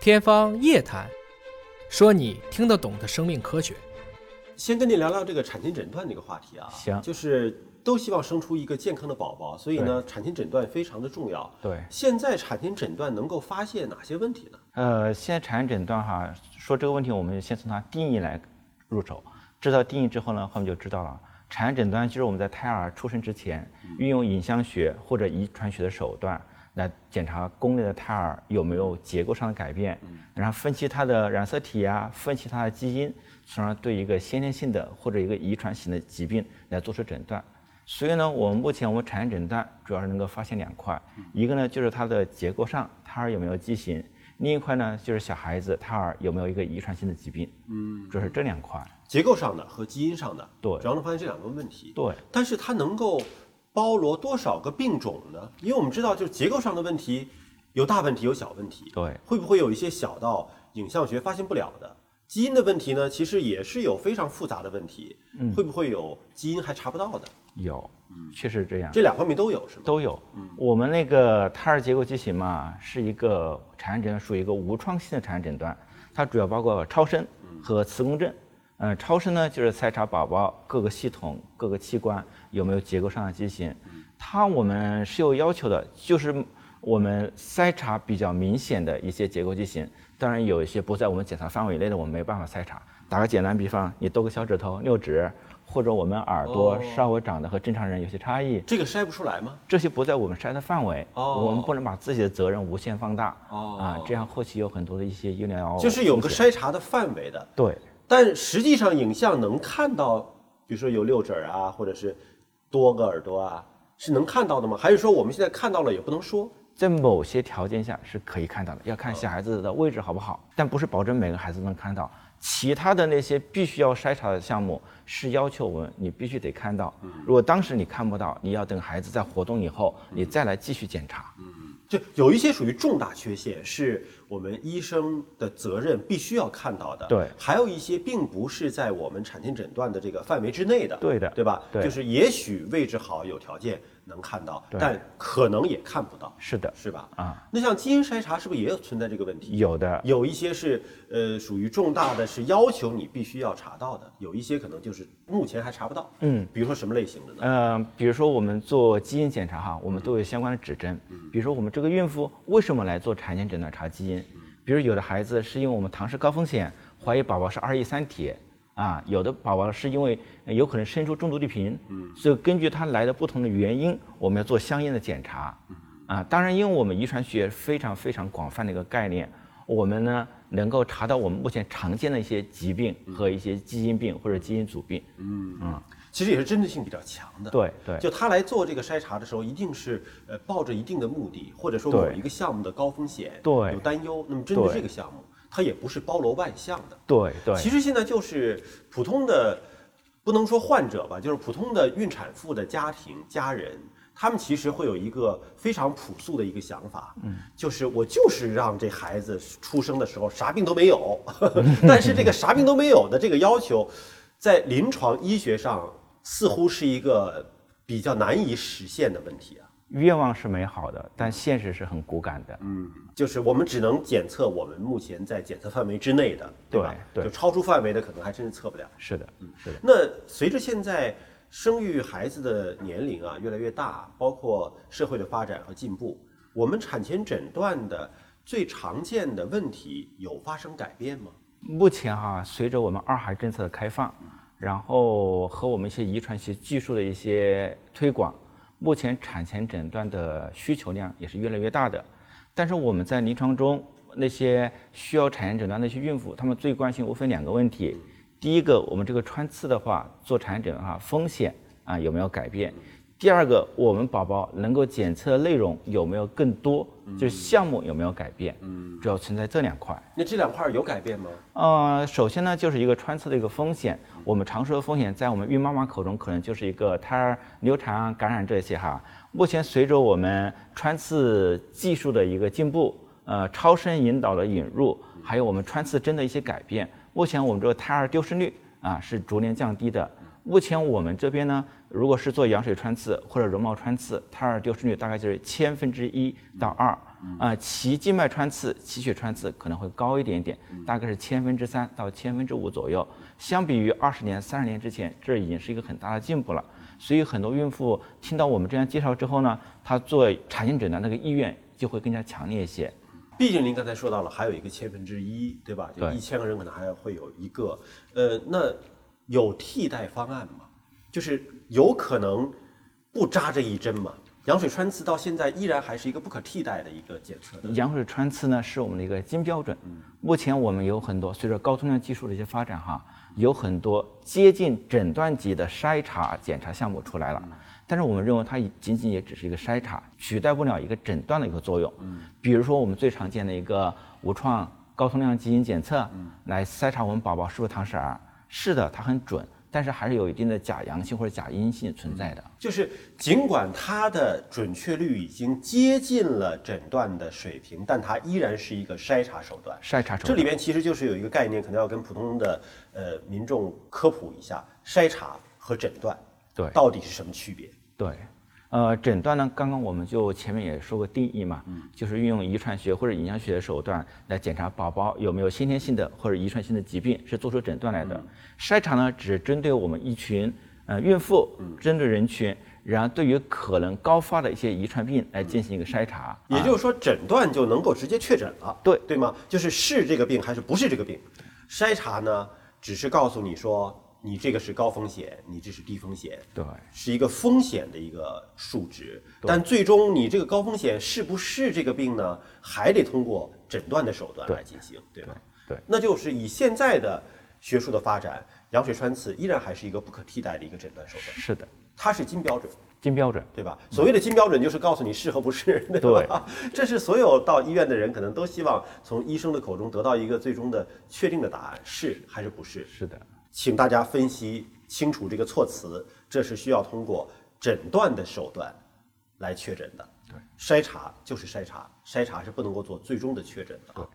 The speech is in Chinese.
天方夜谭，说你听得懂的生命科学。先跟您聊聊这个产前诊断这个话题啊，行就是都希望生出一个健康的宝宝，所以呢，产前诊断非常的重要。对，现在产前诊断能够发现哪些问题呢？呃，现在产前诊断哈，说这个问题，我们先从它定义来入手。知道定义之后呢，后面就知道了。产前诊断就是我们在胎儿出生之前，运用影像学或者遗传学的手段来检查宫内的胎儿有没有结构上的改变，然后分析它的染色体啊，分析它的基因，从而对一个先天性的或者一个遗传型的疾病来做出诊断。所以呢，我们目前我们产前诊断主要是能够发现两块，一个呢就是它的结构上胎儿有没有畸形，另一块呢就是小孩子胎儿有没有一个遗传性的疾病，嗯，主要是这两块。结构上的和基因上的，对主要能发现这两个问题。对，但是它能够包罗多少个病种呢？因为我们知道，就是结构上的问题有大问题，有小问题。对，会不会有一些小到影像学发现不了的？基因的问题呢，其实也是有非常复杂的问题，嗯会不会有基因还查不到的？有，确实这样，这两方面都有是吗？嗯都有。我们那个胎儿结构畸形嘛，是一个产前诊断，属于一个无创性的产前诊断，它主要包括超声和磁共振。嗯，超声呢就是筛查宝宝各个系统、各个器官有没有结构上的畸形，嗯它我们是有要求的，就是我们筛查比较明显的一些结构畸形，当然有一些不在我们检查范围内的，我们没办法筛查。打个简单比方，你多个小指头、六指，或者我们耳朵哦稍微长得和正常人有些差异，这个筛不出来吗？这些不在我们筛的范围，哦我们不能把自己的责任无限放大，哦啊，这样后期有很多的一些医疗就是有个风险筛查的范围的，对但实际上影像能看到，比如说有六指儿啊，或者是多个耳朵啊，是能看到的吗？还是说我们现在看到了也不能说？在某些条件下是可以看到的，要哦看小孩子的位置好不好，但不是保证每个孩子都能看到。其他的那些必须要筛查的项目是要求我们你必须得看到，嗯如果当时你看不到，你要等孩子在活动以后，你再来继续检查。嗯就有一些属于重大缺陷，是我们医生的责任必须要看到的。对还有一些并不是在我们产前诊断的这个范围之内的。对的对吧？对就是也许位置好，有条件能看到，对但可能也看不到，是的，是吧？啊，那像基因筛查是不是也有存在这个问题？有的有一些是呃属于重大的，是要求你必须要查到的；有一些可能就是目前还查不到。嗯，比如说什么类型的呢？呃，比如说我们做基因检查哈，我们都有相关的指针。比如说我们这个孕妇为什么来做产前诊断查基因？比如有的孩子是因为我们唐氏高风险，怀疑宝宝是二 E 三体啊，有的宝宝是因为呃有可能生出重度地贫，所以根据他来的不同的原因，我们要做相应的检查。啊，当然，因为我们遗传学非常非常广泛的一个概念，我们呢能够查到我们目前常见的一些疾病和一些基因病或者基因组病。其实也是针对性比较强的。对对就他来做这个筛查的时候，一定是呃抱着一定的目的，或者说某对一个项目的高风险，对有担忧。那么针对对这个项目，它也不是包罗万象的。对对。其实现在就是普通的，不能说患者吧，就是普通的孕产妇的家庭家人，他们其实会有一个非常朴素的一个想法，嗯，就是我就是让这孩子出生的时候啥病都没 有，但是这个啥病都没有的这个要求，在临床医学上似乎是一个比较难以实现的问题啊。愿望是美好的，但现实是很骨感的。嗯，就是我们只能检测我们目前在检测范围之内的，吧？对对就超出范围的可能还真是测不了。是的，是的，那随着现在生育孩子的年龄啊越来越大，包括社会的发展和进步，我们产前诊断的最常见的问题有发生改变吗？目前哈、随着我们二孩政策的开放，然后和我们一些遗传学技术的一些推广，目前产前诊断的需求量也是越来越大的。但是我们在临床中，那些需要产前诊断的一些孕妇，她们最关心无非两个问题：第一个，我们这个穿刺的话，做产前诊断哈，风险啊有没有改变？第二个，我们宝宝能够检测的内容有没有更多，就是项目有没有改变？嗯，主要存在这两块。那这两块儿有改变吗？呃，首先呢，就是一个穿刺的一个风险。我们常说的风险，在我们孕妈妈口中，可能就是一个胎儿流产啊、感染这些哈。目前随着我们穿刺技术的一个进步，呃，超声引导的引入，还有我们穿刺针的一些改变，目前我们这个胎儿丢失率啊是逐年降低的。目前我们这边呢，如果是做羊水穿刺或者绒毛穿刺，胎儿丢失率大概就是千分之一到二。啊，其静脉穿刺、其血穿刺可能会高一点点，大概是千分之三到千分之五左右。相比于二十年、三十年之前，这已经是一个很大的进步了。所以很多孕妇听到我们这样介绍之后呢，她做产前诊断那个意愿就会更加强烈一些。毕竟您刚才说到了，还有一个千分之一，对吧？就对一千个人可能还会有一个，呃，那有替代方案吗？就是有可能不扎这一针吗？羊水穿刺到现在依然还是一个不可替代的一个检测的。羊水穿刺呢是我们的一个金标准。目前我们有很多随着高通量技术的一些发展哈，有很多接近诊断级的筛查检查项目出来了。但是我们认为它也仅仅也只是一个筛查，取代不了一个诊断的一个作用。比如说我们最常见的一个无创高通量基因检测，来筛查我们宝宝是不是唐氏儿。是的，它很准，但是还是有一定的假阳性或者假阴性存在的。就是尽管它的准确率已经接近了诊断的水平，但它依然是一个筛查手段。筛查手这段里边其实就是有一个概念，可能要跟普通的呃民众科普一下，筛查和诊断对到底是什么区别？对，呃，诊断呢，刚刚我们就前面也说过定义嘛，嗯就是运用遗传学或者影像学的手段来检查宝宝有没有先天性的或者遗传性的疾病，是做出诊断来的。嗯筛查呢，只针对我们一群呃孕妇，嗯针对人群，然后对于可能高发的一些遗传病来进行一个筛查。嗯啊也就是说，诊断就能够直接确诊了，对对吗？就是是这个病还是不是这个病？筛查呢，只是告诉你说你这个是高风险，你这是低风险，对是一个风险的一个数值。但最终你这个高风险是不是这个病呢，还得通过诊断的手段来进行，对吧？对对那就是以现在的学术的发展，羊水穿刺依然还是一个不可替代的一个诊断手段，是的，它是金标准。金标准。对吧？所谓的金标准就是告诉你是和不是，嗯对吧？ 这是所有到医院的人可能都希望从医生的口中得到一个最终的确定的答案，是还是不是？是的，请大家分析清楚这个措辞，这是需要通过诊断的手段来确诊的。对，筛查就是筛查，筛查是不能够做最终的确诊的啊。